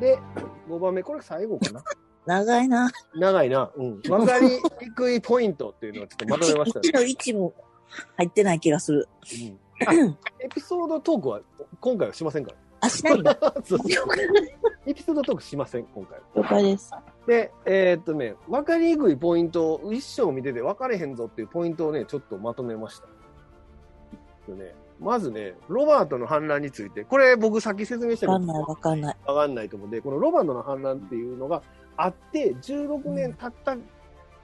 で、5番目、これ最後かな。長いな。長いな。うん。わかりにくいポイントっていうのをちょっとまとめましたね1 。の位置も入ってない気がする。うんあエピソードトークは今回はしませんかあ、しないんだ。ら。 そう了解エピソードトークしません、今回。了解です。で、えーっとね、分かりにくいポイントを一生見てて分かれへんぞっていうポイントをね、ちょっとまとめました。でね、まずね、ロバートの反乱について、これ僕さっき説明したわかけんどない、わかんない。わかんないと思うんで、このロバートの反乱っていうのがあって、16年経った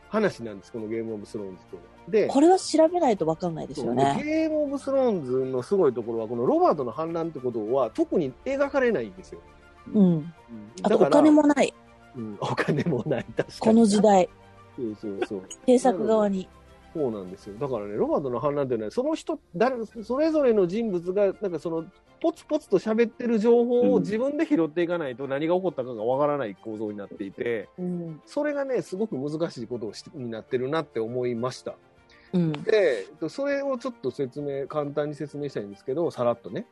話なんです、このゲームオブスローンズっていうのは。で、これは調べないとわかんないですよね。ゲームオブスローンズのすごいところは、このロバートの反乱ってことは特に描かれないんですよ。うん。あとだかおら金、もない。うんお金もない、確かに。この時代、そうそうそう。制作側に。そうなんですよ。だからね、ロバートの反乱っていうのは、その人、誰、それぞれの人物が、なんかその、ポツポツと喋ってる情報を自分で拾っていかないと何が起こったかがわからない構造になっていて、うん。それがね、すごく難しいことをしになってるなって思いました。うん。で、えっとそれをちょっと説明、簡単に説明したいんですけど、さらっとね。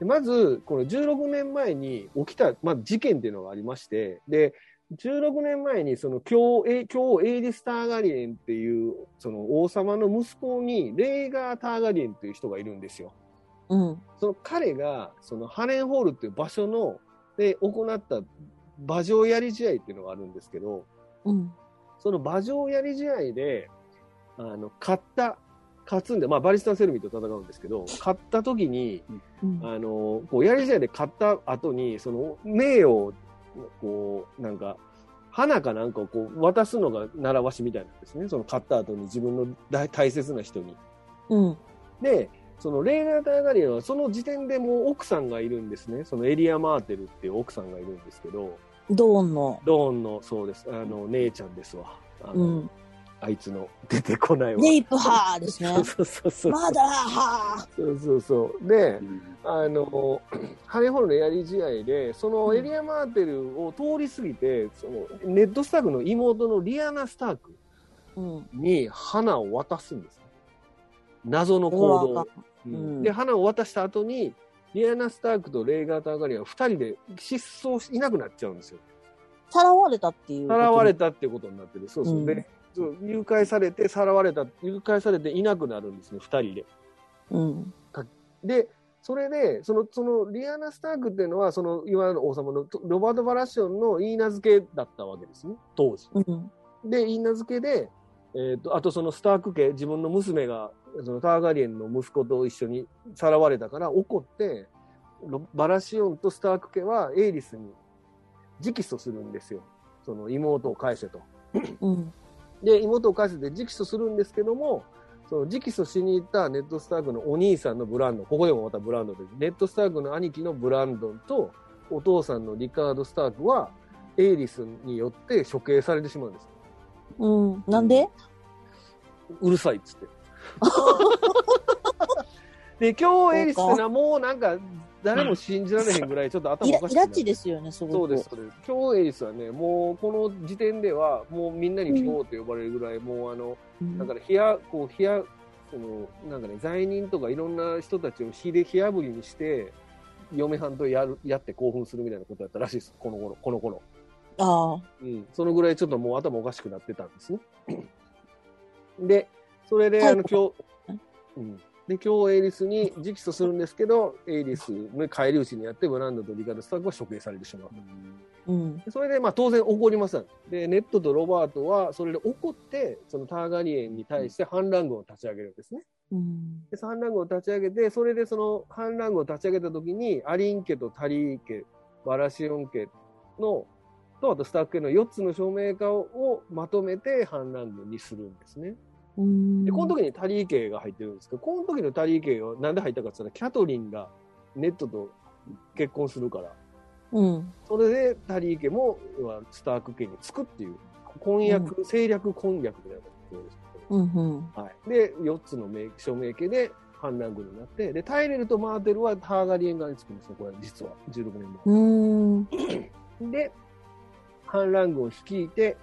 でまず、この16年前に起きた、まあ、事件っていうのがありまして、で、16年前に、その、今日、今日、エイリス・ターガリエンっていう、その、王様の息子に、レイガー・ターガリエンっていう人がいるんですよ。うん。その彼が、その、ハレンホールっていう場所の、で、行った、馬上やり試合っていうのがあるんですけど、うん。その馬上やり試合で、あの、勝った、勝つんで、まあ、バリスタンセルミと戦うんですけど、勝った時に、うん。あの、こう、やり試合で勝った後に、その、名誉を、こう、なんか、花かなんかをこう、渡すのが習わしみたいなんですね。その、勝った後に自分の大大切な人に。うん。で、そのレイナー・ターガリアンはその時点でもう奥さんがいるんですね。そのエリア・マーテルっていう奥さんがいるんですけど、ドーンの。ドーンの、そうです、あの、姉ちゃんですわ。あのうん。あいつの出てこないわ。レイプハーですね そ。うそうそうそう。マーダーハそうそうそう。で、あの、 ハリーホールのやり試合で、そのエリア・マーテルを通り過ぎて、そのネッド・スタークの妹のリアナ・スタークー。うん。に花を渡すんですね。謎の行う動わを、んうんで、花を渡した後に、リアナ・スタークとレイガー・ターガリアン二人で失踪し、いなくなっちゃうんですよ。さらわれたっていう。さらわれた。たっていうことになってる。そうそう。うんで、そう誘拐されて、さらわれた、誘拐されていなくなるんですね、二人で。うん。で、それで、その、その、リアナ・スタークっていうのは、その、いわゆる王様の、とロバート・バラシオンの言い名付けだったわけですね、当時。うん。で、言い名付けで、えっ、と、あとそのスターク家、自分の娘が、そのターガリエンの息子と一緒にさらわれたから怒って、ロバラシオンとスターク家はエイリスに直訴するんですよ。その妹を返せと。うん。で、妹を返せて直訴するんですけども、その直訴しに行ったネットスタークのお兄さんのブランドン、ここでもまたブランドンです。ネットスタークの兄貴のブランドンと、お父さんのリカード・スタークは、エイリスによって処刑されてしまうんです。うん。なんでうるさいっつ って。で、今日エイリスってのはもうなんか、誰も信じられへんぐらい、ちょっと頭イおラかしイくなラるチですよね、すごく。そうです、。そうです。今日エイリスはね、もうこの時点では、もうみんなに今日って呼ばれるぐらい、もうあの、だから、冷や、こう、冷や、その、なんかね、罪人とかいろんな人たちを火で火炙りにして、嫁はんとやる、やって興奮するみたいなことやったらしいです。この頃、この頃。ああ。うん。そのぐらいちょっともう頭おかしくなってたんですね。で、それで、はいあの、今日、うん。で、今日エイリスに直訴するんですけど、エイリスの返り討ちにやって、ブランドとリカード・スタークは処刑されてしまう。うん。それで、まあ、当然怒りません。で、ネットとロバートは、それで怒って、そのターガリエンに対して反乱軍を立ち上げるんですね。うん。で、反乱軍を立ち上げて、それでその反乱軍を立ち上げた時に、アリン家とタリー家、バラシオン家の、と、あとスタッフ家の4つの署名家ををまとめて反乱軍にするんですね。うん。で、この時にタリー家が入ってるんですけど、この時のタリー家がなんで入ったかって言ったら、キャトリンがネットと結婚するから、うん。それでタリー家も要はスターク家につくっていう婚約、政略婚約みたいなことですけうん。うん。ど、はい、で4つの名署名家で反乱軍になってでタイレルとマーテルはターガリエン側につくんですよこれ実は16年前、うん。で反乱軍を率いて、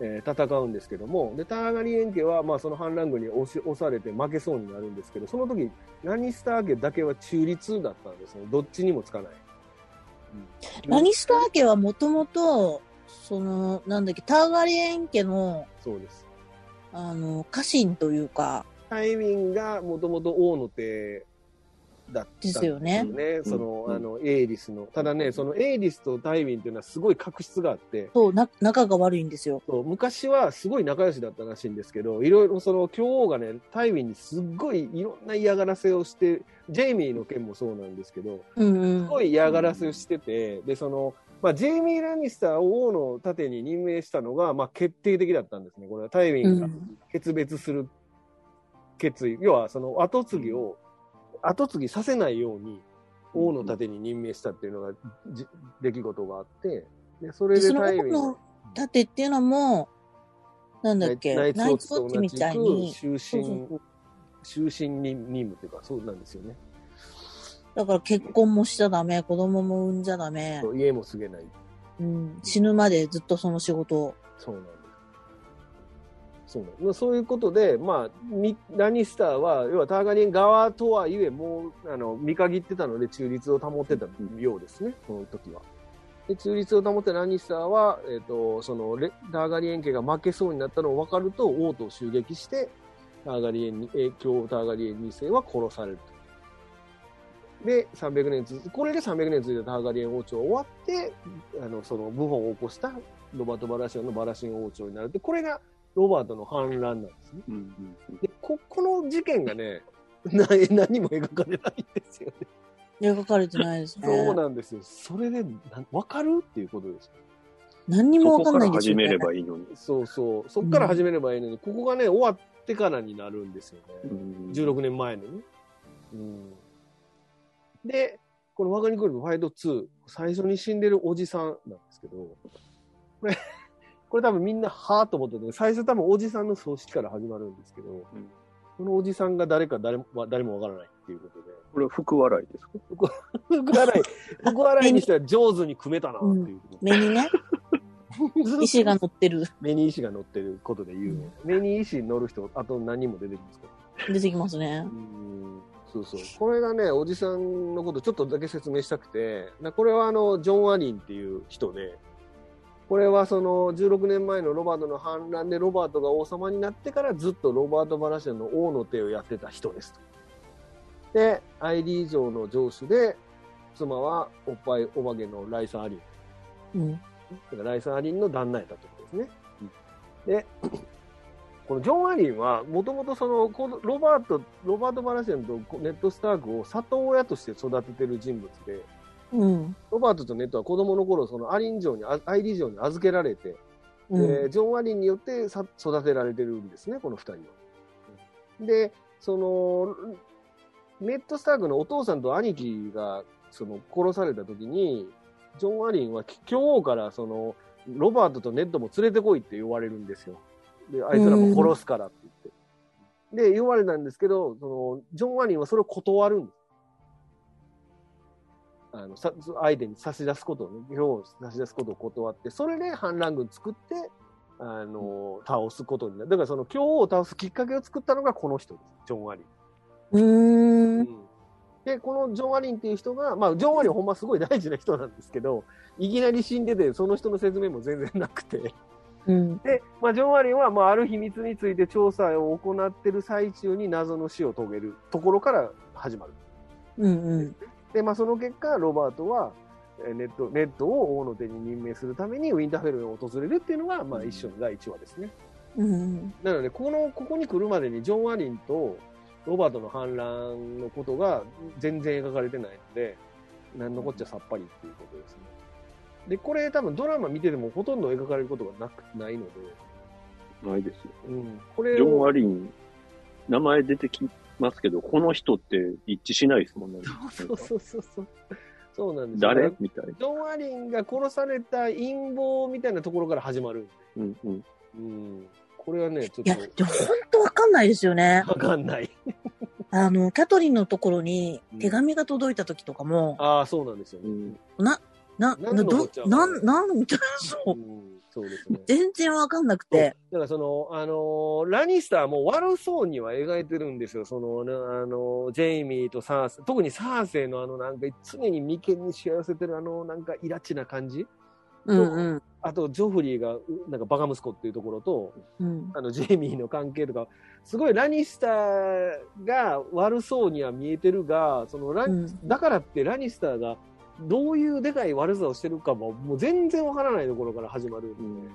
えー戦うんですけどもでターガリエン家は、まあ、その反乱軍に押し押されて負けそうになるんですけどその時ラニスター家だけは中立だったんですねどっちにもつかない。ラニスター家はもともと、その、なんだっけ、ターガリエン家の、そうです。あの、家臣というか、タイミングがもともと王の手だったんですよねその、うんあの、エイリスの。ただね、そのエイリスとタイミンっていうのはすごい確執があって、そう、な、仲が悪いんですよ。そう昔はすごい仲良しだったらしいんですけど、いろいろその教王がね、タイミンにすっごいいろんな嫌がらせをして、ジェイミーの件もそうなんですけど、うんうん。すごい嫌がらせをしてて、で、その、まあ、ジェイミー・ラニスターを王の盾に任命したのが、まあ、決定的だったんですね。これはタイミンがうん決別する決意、要はその後継ぎを、後継ぎさせないように、王の盾に任命したっていうのが、じ出来事があって、で、それででそのタイ王ミンがの盾っていうのも、なんだっけ、ナイナイツウォッチとナ同みじたいに、く終そう身、終身任務っていうか、そうなんですよね。だから結婚もしちゃダメ、子供も産んじゃダメ、そう家も継げない。うん、死ぬまでずっとその仕事を。そうなんです。そうなんですまあそういうことで、まあ、みラニスターは、要はターガリン側とはいえ、もうあの見限ってたので、中立を保ってたようですね、この時は。で中立を保ってラニスターは、えっとそのレターガリエン家が負けそうになったのを分かると、王都を襲撃して、ターガリエンに、影響ターガリエン2世は殺されると。で、300年続これで300年続いたターガリエン王朝終わって、あの、その、謀反を起こしたロバート・バラシオンのバラシン王朝になるって、これがロバートの反乱なんですね。うんで、こ、この事件がね、 な何も描かれないんですよね。描かれてないですね。そうなんですよ。それで、なわかるっていうことです。何にうんもわそこかんかないんらです始よ、ね。めればいいのに。そうそう。そっから始めればいいのに、ここがね、終わってからになるんですよね。16年前のね。うん、で、このワガニクルファイト2、最初に死んでるおじさんなんですけど、これ、 これ多分みんな、はぁと思ってて、最初多分おじさんの葬式から始まるんですけど、んこのおじさんが誰か誰も、わ誰もわからないっていうことで、これは福笑いですか福笑い、福笑いにしては上手に組めたなっていう。目にね、石が乗ってる。目に石が乗ってることで有名。目に石乗る人、あと何人も出てきますか出てきますね。うんそうそう。これがね、おじさんのことちょっとだけ説明したくて、なこれはあの、ジョン・アリンっていう人で、これはその16年前のロバートの反乱でロバートが王様になってからずっとロバート・バラシアンの王の手をやってた人ですと。で、アイリー城の城主で、妻はおっぱいお化けのライサ・アリン。うん。だからライサー・アリンの旦那やったってことですね。で、このジョン・アリンは、もともとその、このロバート、ロバート・バラシェンとネット・スタークを里親として育ててる人物で、うん。ロバートとネットは子供の頃、そのアリン城に、あアイリー城に預けられて、うん。でジョン・アリンによってさ育てられてるんですね、この2人は。で、その、ネット・スタークのお父さんと兄貴がその殺された時に、ジョン・アリンは教王からそのロバートとネットも連れてこいって言われるんですよ。で、あいつらも殺すからって言って。で、言われたんですけど、そのジョン・アリンはそれを断るんです。あのさ相手に差し出すことをね、票を差し出すことを断って、それで反乱軍作って、あの、倒すことになる。だからその教王を倒すきっかけを作ったのがこの人です、ジョン・アリン。うーん。で、このジョン・アリンっていう人が、まあ、ジョン・アリンはほんますごい大事な人なんですけど、いきなり死んでて、その人の説明も全然なくて。うん。で、まあ、ジョン・アリンは、まあ、ある秘密について調査を行ってる最中に謎の死を遂げるところから始まる。うん。うん。で、まあ、その結果、ロバートは、えーネット、ネットを王の手に任命するためにウィンターフェルンを訪れるっていうのが、まあ、一章の第1話ですね。うん。なので、この、ここに来るまでにジョン・アリンとロバートの反乱のことが全然描かれてないので、なんのこっちゃさっぱりっていうことですね。で、これ多分ドラマ見ててもほとんど描かれることがなく、ないので、ないですよ。うん。これジョン・を、アリン、名前出てきますけど、この人って一致しないですもんね。そうそうそうそう。 そうなんですよ誰みたいな。ジョン・アリンが殺された陰謀みたいなところから始まる。うんうん。うん。これはね、ちょっいや、とでも本当わかんないですよね。わかんない。あの、キャトリンのところにうん手紙が届いた時とかも、ああ、そうなんですようね。んな、な、何な、のこどっちゃ、なん、なんみたいな、そううんそうですね。 全然わかんなくそうだて。からその、あのーラニスターも悪そうには描いてるんですよ。その、ね、あのージェイミーとサーセ、特にサーセイのあのなんか常に眉間にしわ寄せてるあのなんかイラチな感じ。うんうん。あと、ジョフリーがうなんかバカ息子っていうところと、うんあのジェイミーの関係とか、すごいラニスターが悪そうには見えてるが、そのラ、うんだからってラニスターがどういうでかい悪さをしてるかも、もう全然わからないところから始まるんで、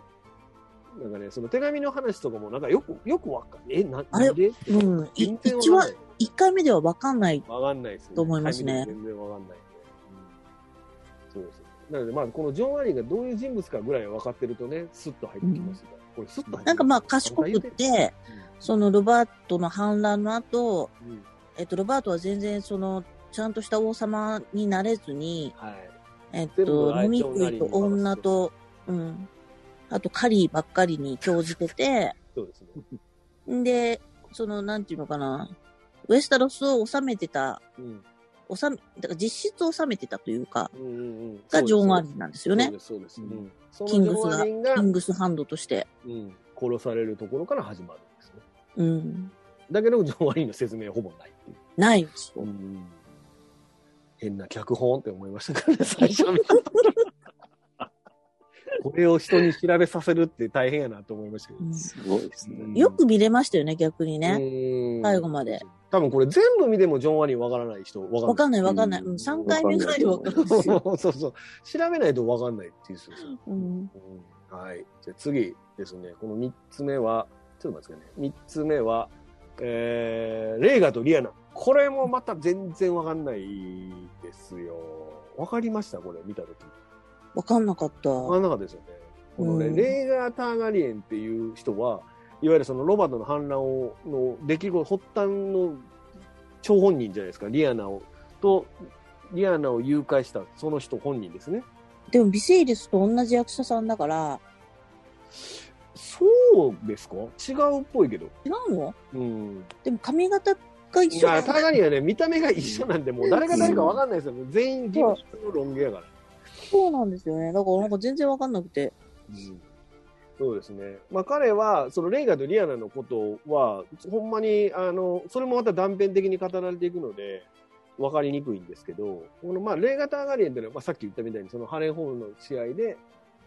なんかね、その手紙の話とかも、なんかよく、よくわかんない。え、な、あれなんでうん。い全然一わか話ん、一回目ではわかんない。ない。わかんないですね。と思いますねタイミング全然わかんないんで、うんそうですね。なので、まあ、このジョン・アリーがどういう人物かぐらいは分かってるとね、スッと入ってきますね。これ、スッと入ってきますなんかまあ賢くっ、て、そのロバートの反乱の後、うんうんえっと、ロバートは全然その、ちゃんとした王様になれずに、はい。えっ全部と、あい飲みつ女食いにと女と、うん。あと、カリーばっかりに興じてて、そうですね。んで、その、なんていうのかな、ウェスタロスを治めてた、うん。治め、だから実質治めてたというか、うんうんうん。がジョン・アリリーなんですよね。そうです、そううです。んうんそのキングスがジョンアリンキングスハンドとして。うん、殺されるところから始まるんですね。うん。だけど、ジョン・アリーの説明はほぼないっていう。ないですよ。変な脚本って思いましたからね、 最初の。これを人に調べさせるって大変やなと思いましたけど。うんすごいですね。よく見れましたよね、逆にね。ね最後まで。多分これ全部見てもジョン・アリーわからない人、わかわかんんない。ないわかんない。ううんん、3回目ぐらいでわかんないでそうすよ。 そうそう。調べないとわかんないっていうそうそううん。うんはい。じゃあ次ですね。この三つ目は、ちょっと待ってくださいね。三つ目は、えー、レイガとリアナ。これもまた全然わかんないですよ。わかりましたこれ見たとき。わかんなかった。わかんなかったですよね。このね、うんレイガー・ターガリエンっていう人は、いわゆるそのロバートの反乱を、の出来事、発端の張本人じゃないですか。リアナを、と、リアナを誘拐したその人本人ですね。でも、ビセイリスと同じ役者さんだから、そうですか違うっぽいけど。違うのうん。でも髪型が一い緒だや、タガリはね、見た目が一緒なんで、もう誰が誰かわかんないですよ。全員、ギブスのロン毛やから。そうなんですよね。だからなんか全然わかんなくて。そうですね。まあ、彼は、そのレイガとリアナのことは、ほんまに、あの、それもまた断片的に語られていくので、わかりにくいんですけど、この、まあ、レイガ・ターガリエンっていうのは、まあ、さっき言ったみたいに、そのハレンホールの試合で、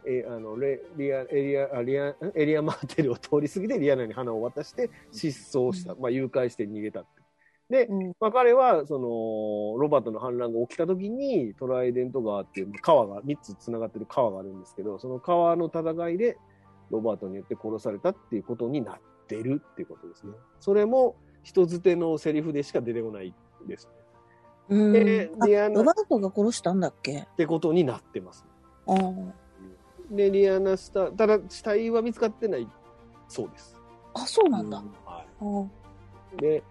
えーあのレリアエリアあリアんエリアマーテルを通り過ぎてリアナに花を渡して失踪した、まあ、誘拐して逃げたってで、うんまあ、彼はそのロバートの反乱が起きた時にトライデント川っていう川が3つつながってる川があるんですけどその川の戦いでロバートによって殺されたっていうことになってるっていうことですねそれも人づてのセリフでしか出てこないですうん。であリアナロっバートが殺したんだっけてことになってますあーでリアナスターただ死体は見つかってないそうですあ、そうなんだ。はあーい、で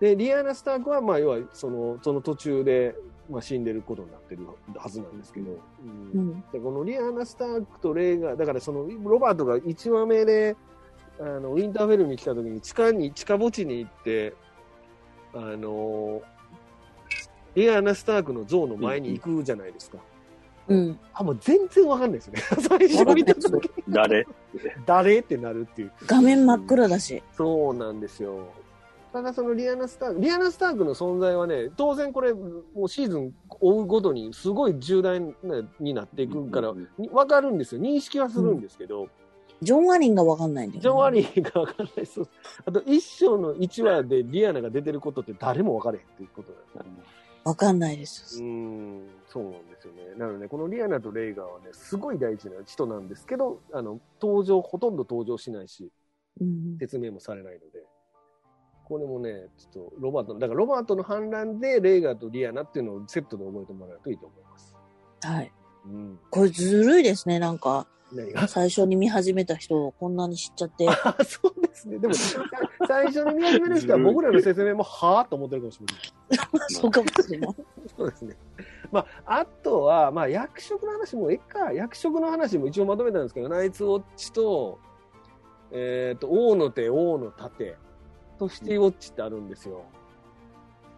でリアナ・スタークは、まあ、要はそのその途中で、まあ、死んでることになってるはずなんですけど、うんうん。でこのリアナ・スタークとレイがだからそのロバートが1話目であのウィンターフェルに来た時に地下に近墓地に行ってあのリアナ・スタークの像の前に行くじゃないですか、うん。あもう全然わかんないですね 最初見た時誰誰ってなるっていう画面真っ暗だし。そうなんですよ。ただそのリアナ・スターク、リアナ・スタークの存在はね、当然これ、もうシーズン追うごとにすごい重大なになっていくから、うんにわかるんですよ。認識はするんですけど、ジョン・アリンがわかんないんだよ、ね。ジョン・アリーがわからないそう。あと、一章の一話でリアナが出てることって誰もわかれへんっていうことなんですわかんないです。うん、そうなんですよね。なので、このリアナとレイガーはね、すごい大事な人なんですけど、あの、登場、ほとんど登場しないし、うん。説明もされないので、これもね、ちょっとロバートの、だからロバートの反乱でレイガーとリアナっていうのをセットで覚えてもらうといいと思います。はい。うん。これずるいですね、なんか。何が最初に見始めた人をこんなに知っちゃ って。あ そうですね。でも、さ最初に見始める人は僕らの説明も、はぁと思ってるかもしれない。そうかもしれない。そうですね。まあ、あとは、まあ、役職の話もえっか。役職の話も一応まとめたんですけど、ナイツウォッチと、えっ、と、王の手、王の盾とシティウォッチってあるんですよ。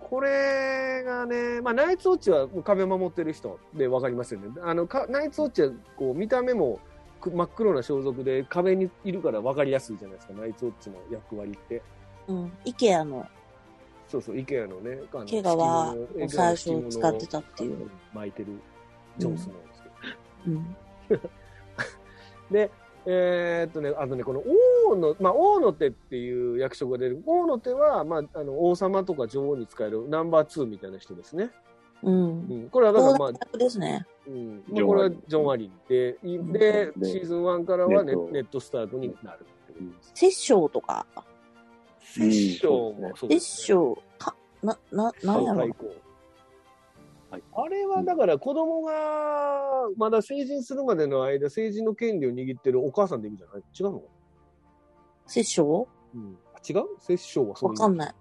これがね、まあ、ナイツウォッチはもう壁を守ってる人で分かりますよね。あの、かナイツウォッチは、こう、見た目も、く真っ黒な装束で壁にいるから分かりやすいじゃないですか、ナイツウォッチの役割って。うん。イケアのそうそう、IKEA のね、あの毛皮を敷物最初使ってたってい。敷う物を巻いてるジョンスなんですけど。うん。で、えーっとね、あとね、この王の、まあ、王の手っていう役職が出る。王の手は、まあ、あの、王様とか女王に使えるナンバー2みたいな人ですね。うんう。ん。これはだかそうら、まあ、楽ですね。うん。まあ、これはジョン・アリンで、いで、でシーズン1からはネネットネットスタートになるっていう。殺生とか、うん摂政もそう殺ですね。生、か、な、な、なんやろ太閤はいあれはだから子供がまだ成人するまでの間、成人の権利を握ってるお母さんでいるじゃない違うのか殺生な、うん、あ違う摂政はそういう。わかんない。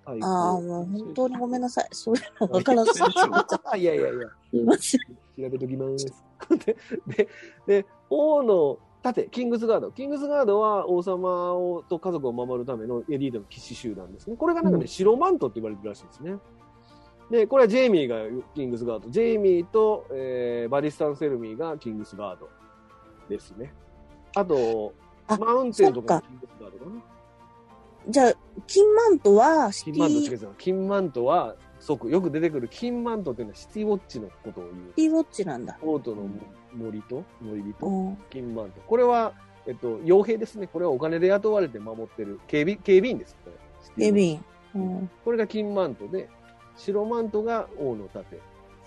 太閤ああ、もう本当にごめんなさい。そういうのわわからず。 い。いやいやいや、マジ調べときます。 で、で、で王の盾、キングスガード。キングスガードは王様をと家族を守るためのエリートの騎士集団ですね。これがなんかね、うん白マントって言われてるらしいですね。で、これはジェイミーがキングスガード。ジェイミーと、えーバディスタン・セルミーがキングスガードですね。あと、あマウンテンとかもそキングスガードかな。じゃあ、金マントはシテ金マント違ィ、うシ違う。金マントは、即、よく出てくる金マントっていうのはシティウォッチのことを言う。ティウォッチなんだ。王都の森と森人、うん。金マント。これは、えっと、傭兵ですね。これはお金で雇われて守ってる警備、警備員です。これエビン。うん。これが金マントで、白マントが王の盾。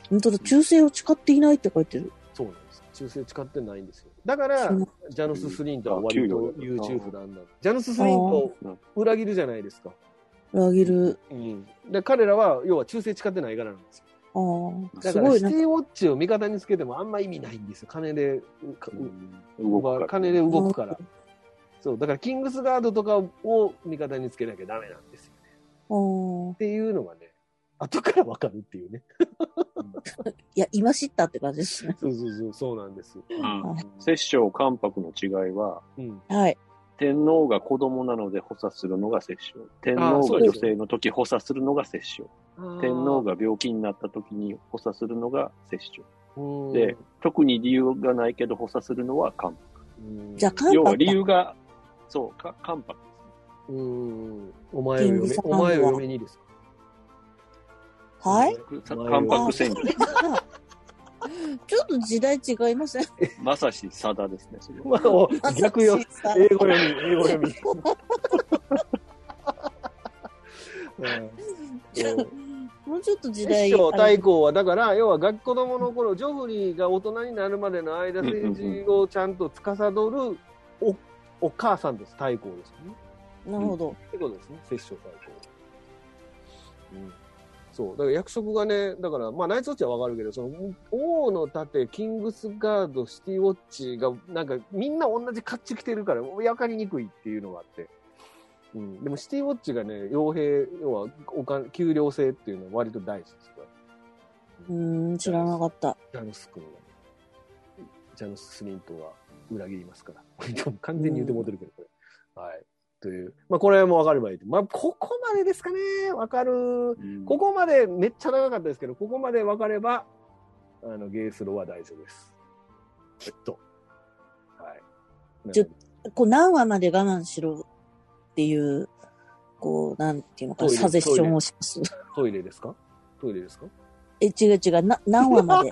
本当だ、忠誠を誓っていないって書いてる。そうなんです。忠誠誓ってないんですよ。だからそう、ジャヌス・スリントは割うんあと給優料だ柔不断なんですジャヌス・スリントを裏切るじゃないですか。裏切る。うん。で、彼らは、要は忠誠誓ってないからなんですよ。ああ。だすから、ごシいテな。ィウォッチを味方につけてもあんま意味ないんですよ。金で、か動くから。金で動くから。そう、だからキングスガードとかを味方につけなきゃダメなんですよ。ああ。っていうのがね、後からわかるっていうね。いや、今知ったって感じですね。そうそうそう、そうなんです。うん摂政、関白の違いは、うん。はい。天皇が子供なので補佐するのが摂政。天あー皇そうがで女す性の時補佐するのが摂政。天皇が病気になった時に補佐するのが摂政。うんで、特に理由がないけど補佐するのは関うんじゃあ、白。関要は白理だ。由が、そう、か関白ですね。うん。お前をキング嫁ス、ガードおは前を嫁にですか。はいさ関白あ、そ戦れ力。が、 ちょっと時代違いませんまさしさだですね。それはまあお、逆よ。英語読み、英語 読み。うんそうもうちょっと時代摂政太閤はだから要は学子供の頃ジョフリーが大人になるまでの間うんうんうん政治をちゃんと司るおお母さんです太閤ですよね。なるほど。ってことですね摂政太閤。うんそうだから役職がねだからまあナイツウォッチはわかるけどその王の盾キングスガードシティウォッチがなんかみんな同じ甲冑着てるから分かりにくいっていうのがあって。うん、でもシティウォッチがね、傭兵、要はお金給料制っていうのは割と大事ですよ。うーん、知らなかった。ジャヌス君は、ジャヌス・スミントは裏切りますから。 でも完全に言うてもうてるけど、これ。はい。という。まあ、これも分かればいいと。まあ、ここまでですかね。分かる。ここまでめっちゃ長かったですけど、ここまで分かれば、あの、ゲイスロは大丈夫です。きっと。はい。ちょこう、何話まで我慢しろっていう、こう、なんていうのかな、トイレサジェッションをします。トイレですかトイレですかえ、違う違う、な何話まで。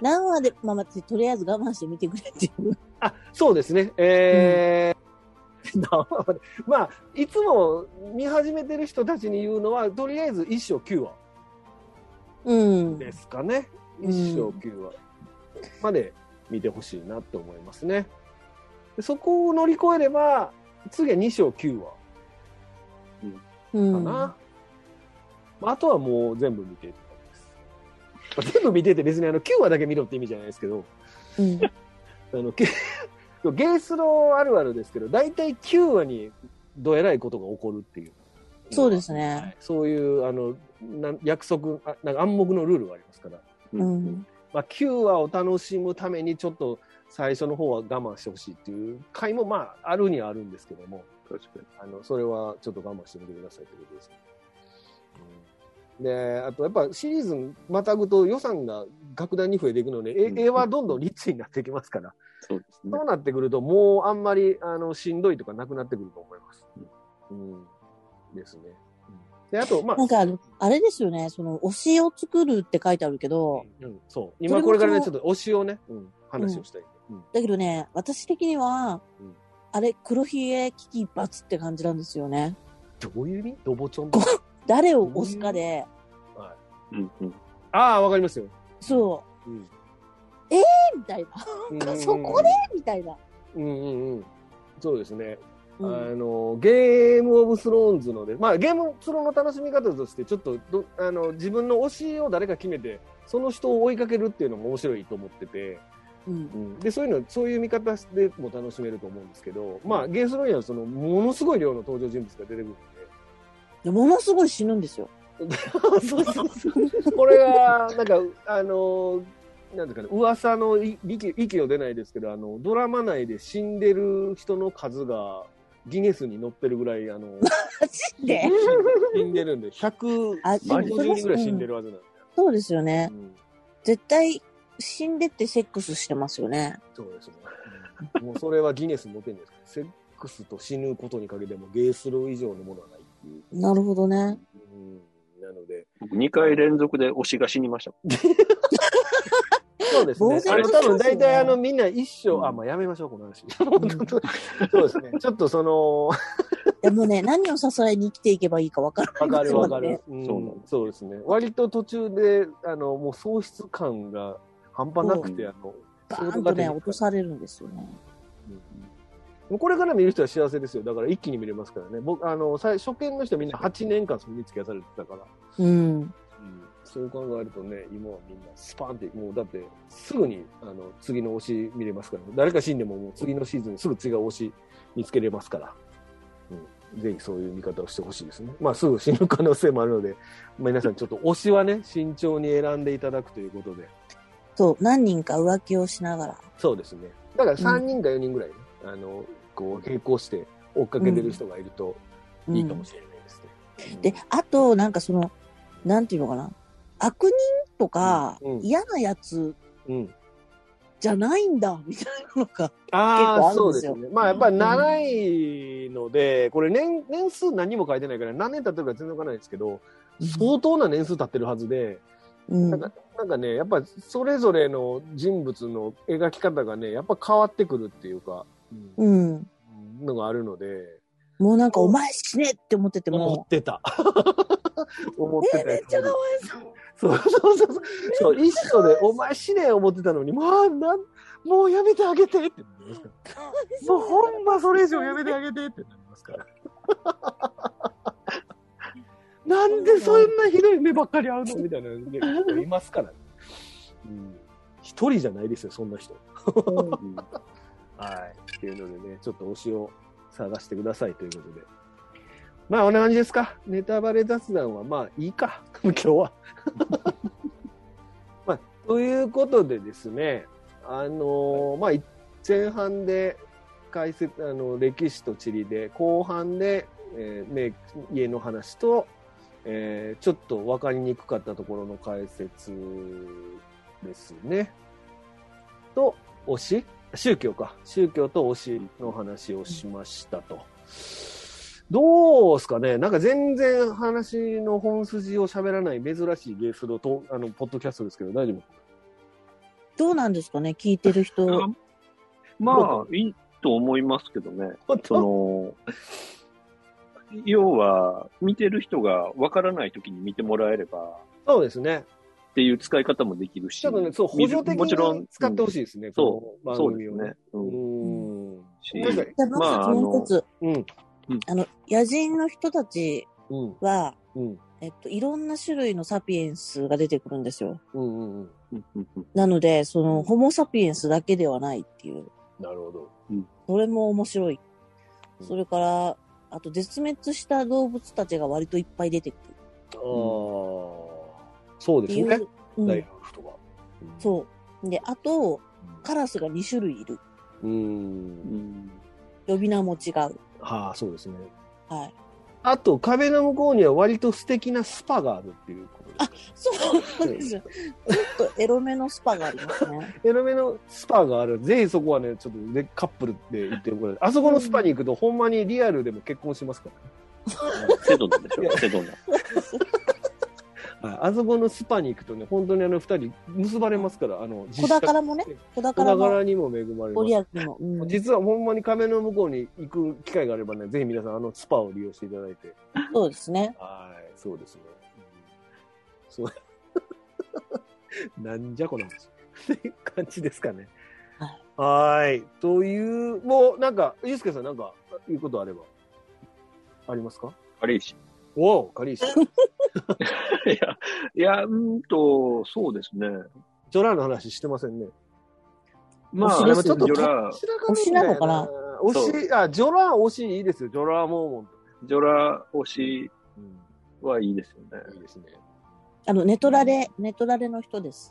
何話で、まあまあ、とりあえず我慢してみてくれっていう。あ、そうですね。えー まあ、いつも見始めてる人たちに言うのは、とりあえず一章9話うん。ですかね。うん一章9話まで見てほしいなと思いますね。でそこを乗り越えれば、次は2章9話うかん。な。まああとはもう全部見てって感じです。全部見てって別にあの9話だけ見ろって意味じゃないですけど、うん。あの、け ゲイスローあるあるですけど、大体9話にどえらいことが起こるっていう。そうですはね。い。そういう、あの、なん約束、あなんか暗黙のルールがありますから、ううんん。まあ、9話を楽しむためにちょっと最初の方は我慢してほしいっていう回も、まあ、あるにはあるんですけども、確かに。あの、それはちょっと我慢してみてくださいということですね。うんで、あとやっぱシリーズまたぐと予算が格段に増えていくので、うん絵はどんどんリッチになっていきますから、そうですねそう。なってくると、もうあんまりあのしんどいとかなくなってくると思います。うん、ですね。で、あと、まあな、んかあの、あれですよね、その、推しを作るって書いてあるけど、うん、そう。今これからね、ちそょれっと推しをね、うん、話をしたい。うんだけどね、私的には、うんあれ、黒ひげ危機一髪って感じなんですよね。どういう意味ドボチョンこ誰を推すかで、うんうん。ああ、わかりますよ。そうんう、みたいな、うんうんうんそこでみたいな。うんうんうん。そうですね。うあん、のゲームオブスローンズので、まあ、ゲームスロの楽しみ方としてちょっとどあの自分の推しを誰か決めてその人を追いかけるっていうのも面白いと思ってて、うん、でそういうのそういう見方でも楽しめると思うんですけど、まあ、ゲームスローにはそのものすごい量の登場人物が出てくるんで。でものすごい死ぬんですよ。そうそうそう これがなんかあのなんていうかね噂のい息息を出ないですけどあのドラマ内で死んでる人の数がギネスに載ってるぐらいあの。マジで死んでるんで、150あ人ぐらい死んでるはずなんで。そうですよねう。ん絶対、死んでってセックスしてますよね。そうですね。もうそれはギネスに載ってるんですけど、セックスと死ぬことにかけてもゲースロー以上のものはないっていう。なるほどね。うん、なので、僕2回連続で推しが死にました。そうですね。呆あ然の、と多分しますよね大体あの、みんな一生、うんあ、まあやめましょう、この話。んそうですね。ちょっとその、わでも ね、何を支えに生きていけばいいか分からない。かるわかそうだねる。うんそうなんでそうですね。割と途中で、あの、もう喪失感が半端なくて、うんあの、バーンとね、落とされるんですよね。もうこれから見る人は幸せですよ。だから一気に見れますからね。僕、あの、最初見の人はみんな8年間それに付き合されてたから。うん。そう考えるとね、今はみんなスパンって、もうだってすぐにあの次の推し見れますから、ね、誰か死んでももう次のシーズンすぐ違う推し見つけれますから、うん、ぜひそういう見方をしてほしいですね。まあすぐ死ぬ可能性もあるので、皆さんちょっと推しはね、慎重に選んでいただくということで。そう、何人か浮気をしながら。そうですね。だから3人か4人ぐらい、ねあの、こう並行して追っかけてる人がいるとうんいいかもしれないですね。で、あと、なんかその、なんていうのかな。悪人とか、うんうん嫌なやつうん。じゃないんだ、みたいなのか。ああ、結そ構あるんうでですすよね。まあ、やっぱり長いので、これ年、年数何も書いてないから、何年経ってるか全然わからないですけど、相当な年数経ってるはずで、うん。なんか、なんかね、やっぱそれぞれの人物の描き方がね、やっぱ変わってくるっていうか、ううん。ん、のがあるので、もうなんか、お前死ねって思ってて思もっ、てた。 思ってえ、ためやっつちゃかわいそそう。うそうそうそう。そう、一緒で、お前死ね思ってたのに、まあ、なん、もうやめてあげてってなりますから。かわい もうそう。ほんまそれ以上やめてあげてってなります から。なんでそんなひどい目ばっかり合うのみたいな人いますからね。うん一人じゃないですよ、そんな人。うんうんはい。っていうのでね、ちょっと推しを探してくださいということで。まあ、こんな感じですか。ネタバレ雑談はまあいいか。 今日は。まあ、ということでですね、あのーまあ、い前半で解説、あの、歴史と地理で、後半で、えー名家の話と、えーちょっと分かりにくかったところの解説ですね。と、推し宗教か。宗教と推しの話をしましたと。どうすかねなんか全然話の本筋を喋らない珍しいゲースのとあのポッドキャストですけど大丈夫どうなんですかね、聞いてる人。あまあ、いいと思いますけどね。その、要は、見てる人がわからないときに見てもらえれば、そうですね。っていう使い方もできるし。ちょっとね、そう、補助的もちろにん使ってほしい。いですね、そうこの番そうで組をすねね。。ううんん。しなんかじゃあ、ままあずもう一つ、うん。あの、野人の人たちうん。は、うん。えっと、いろんな種類のサピエンスが出てくるんですよ。うん。うん。うん。うんうんうんなので、その、ホモサピエンスだけではないっていう。なるほど。それも面白い。それから、あと、絶滅した動物たちが割といっぱい出てくるああ、そうっでてすいう。ね。うん大学とか。そう。で、あと、カラスが2種類いる。うん。うん。呼び名も違う。はあ、そうですね。はい。あと、壁の向こうには割と素敵なスパがあるっていうことですそうですよ。ちょっとエロめのスパがありま すね。エロめのスパがある。ぜひそこはね、ちょっとね、カップルで行ってもらえあそこのスパに行くと、ほんまにリアルでも結婚しますから。セドナでしょ、セドナ。はい、あそこのスパに行くとね、本当にあの二人結ばれますから、あの、小 宝もね、小小宝も、宝にも恵まれごま利す。益も。うん実はほんまに壁の向こうに行く機会があればね、ぜひ皆さんあのスパを利用していただいて。そうですね。はい、そうですね。うん そう。なんじゃこの話。っていう 感じですかね。はーい。という、もうなんか、ゆうすけさんなんか、言うことあれば、ありますかあれし。 おお、かりし。いや、いや、うーんと、そうですね。ジョラの話してませんね。まあ、推しジですよねョラ、推しなのかな推し、あ、ジョラ推しいいですよ。ジョラモーモント。ジョラ推しうはいいですよね。ん、いいですね。あの、ネトラレ、ネトラレの人です。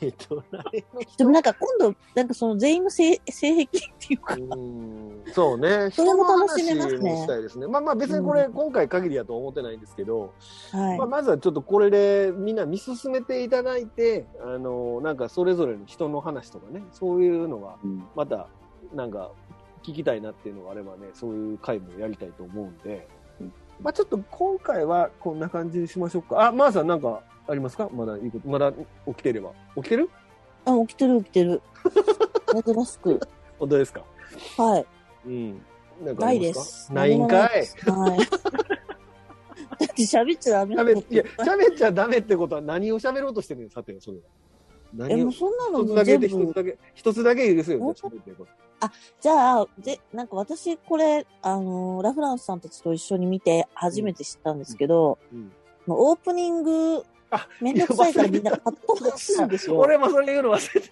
ジョラのでもなんか今度、なんかその全員の性 性癖っていう か、うんそうね。それも楽しめますね人の話もしたいですね。まあまあ別にこれ今回限りだとは思ってないんですけど、まあはまずはちょっとこれでみんな見進めていただいて、あの、なんかそれぞれの人の話とかね、そういうのがうんまたなんか聞きたいなっていうのがあればね、そういう回もやりたいと思うんでうん、まあちょっと今回はこんな感じにしましょうか。あ、マーさんなんかありますかまだいいこと、まだ起きてれば。起きてるい。あ、起きてる起きてる。珍しく。本当ですかはい。うん。なんかあないりでますす。かないんかい。 はい。だって喋っちゃダメだもん喋いや喋っちゃダメってことは何を喋ろうとしてるのよさてそれはえ、何もをうそんな一のつもだけう全で一部つ。だけ一つだけ許せよもうじゃあ喋ってることじゃあ、ぜ、なんか私これ、あのーラフランスさんたちと一緒に見て初めて知ったんですけど、うんもうオープニングあ、めんどくさいからみんなカットらしいんですよ。俺もそれ言うの忘れて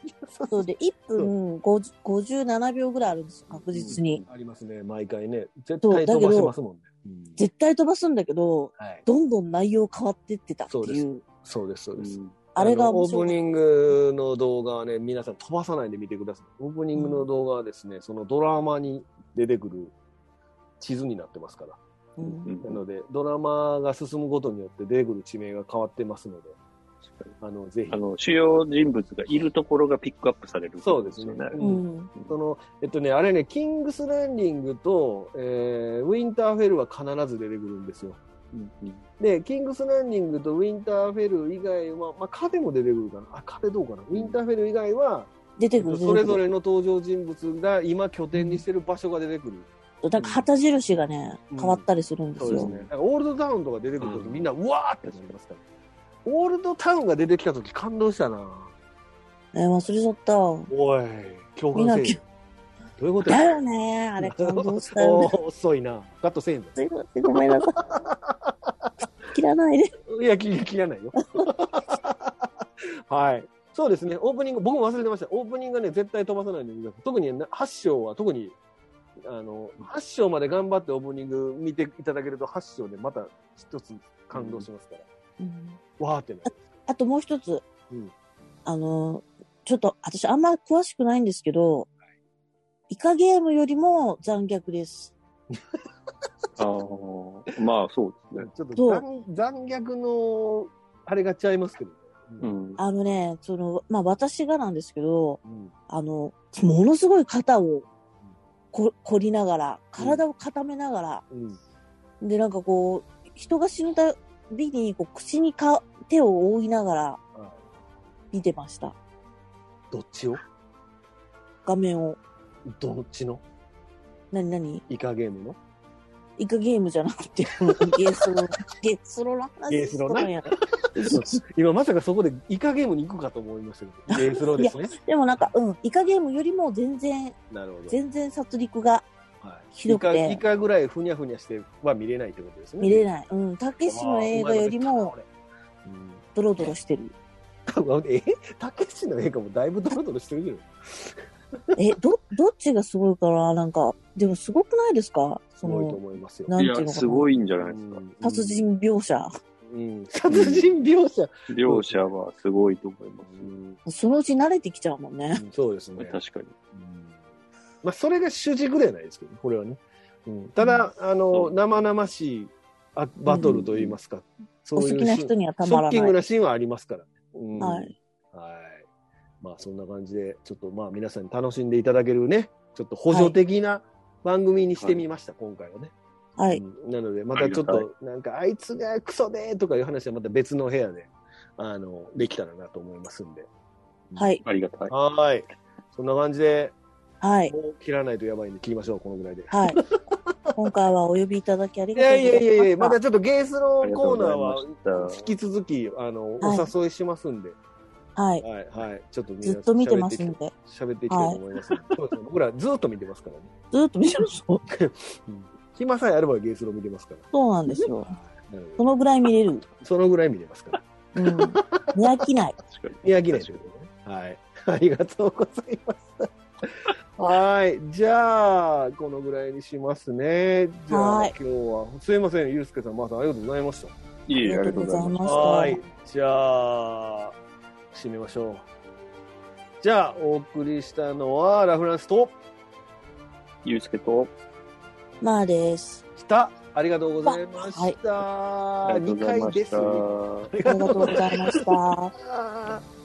そうで、1分50 57秒ぐらいあるんですよ、確実に。ありますね毎回ね絶そうだ対け飛どばしてますもんねうん絶対飛ばすんだけど、はいどんどん内容変わってってたってそういでう、そうですそうですあれがのオ面ープ白い。ニングの動画はね皆さん飛ばさないで見てくださいオープニングの動画はですねそのドラマに出てくる地図になってますからうんなのでドラマが進むことによって出てくる地名が変わってますのであのぜひあの主要人物がいるところがピックアップされる、そうですねう。うんその、えっとね、あれね、キングスランディングと、えーウィンターフェルは必ず出てくるんですよ。うんうんで、キングスランディングとウィンターフェル以外は、まあ、壁も出てくるかな。あ、壁どうかな。ウィンターフェル以外は、出えてっくとる。それぞれの登場人物が今拠点にしてる場所が出てくる。なんか旗印がね、うん変わったりするんですそうですよ。ね。なんかオールドタウンとか出てくるとき、うんみんな、うわーってなりますから。オールドタウンが出てきたとき感動したなえー忘れちゃった。おい、共みんな感せえよ。どういうことだやよね。あれ感動したよ おね。ー遅いなカットせえんだ。すいません、ごめんなさ い。切らないで。い や、切切ら ないよ。はい。そうですね、オープニング、僕も忘れてました。オープニングはね、絶対飛ばさないでください。特にね8章は、特に、あの、8章まで頑張ってオープニング見ていただけると、8章でまた一つ感動しますから。うんわーってなる。あともう一つうん。あのー、ちょっと私あんま詳しくないんですけど、イカゲームよりも残虐です。あーまあ そうですね。ちょっとどう残残虐の、あれがちゃいますけどね。ううんん、あのね、その、まあ私がなんですけど、うんあの、ものすごい肩をこ凝りながら、体を固めながら、うんで、なんかこう、人が死ぬたびに、こう、口にか、手を覆いながらはい見てました。どっちを画面を。どっちのなになにイカゲー ムのイカゲームじゃなくて、ゲスロ、ゲスロな話ゲスロなしとるんや今まさかそこでイカゲームに行くかと思いましたけ ど、ゲースローですね。でもなんか、うん、イカゲームよりも全然、なるほど。全然殺戮がはいひどくてイカイカぐらいふにゃふにゃしては見れないってことですね。見れい。ない。うん、たけしの映画よりも、ドロドロしてる。うまいこと言ったな。俺うんえ たけしの映画もだいぶドロドロしてるけど、え、ど、どっちがすごいかななんか、でもすごくないですかすそごいとの、思いますよ。なんいていうのや、かすな。ごいんじゃないですか。殺人描写。うん殺人描写。両者はすごいと思いまうんそのうち慣れてきちゃうもんね。そうですす、ね。確かに。うんまあ、それが主軸ではないですけどね、これはね。うんただ、あその、う生々しいあバトルといいますか、そおう好いうきな人にはたショッまらキングない。なシーンはありますからね。うんはい。はいまあそんな感じで、ちょっとまあ皆さんに楽しんでいただけるね、ちょっと補助的な番組にしてみました、今回はね。はい。うんなので、またちょっありがと、なんか、あいつがクソでーとかいう話はまた別の部屋で、あの、できたらなと思いますんで。はい。ありがたい。はーい。そんな感じで、はい。もう切らないとやばいんで切りましょう、このぐらいで。 はい。今回はお呼びいただきありいがとうやございいまやす。いやいや、またちょっとゲースのありがとコーうごナーざいまはし、引き続き、あの、はいお誘いしますんで、はい。はい、はい、ちょっとずっと見てますんで。喋っていきたいと思います。そうですね僕らずっと見てますからね。ずっと見てますよ。暇さえあればゲースロ見てますから。そうなんですよ。なのでそのぐらい見れる。そのぐらい見てますから。うん。見飽きない。確かに。宮城でしょうね。はい。ありがとうございました。はい。じゃあ、このぐらいにしますね。じゃあ、はい今日は、すいません、ゆうすけさん、またありがとうございましいえいえ、ありがとうございまた。ありすがとうございま。はい。したじゃあ、締めましょう。じゃあ、お送りしたのは、ラフランスと、ゆうすけと、まあです。北、ありがとうございました。ありがとう2ござい回までしす。た。ありがとうございました。あー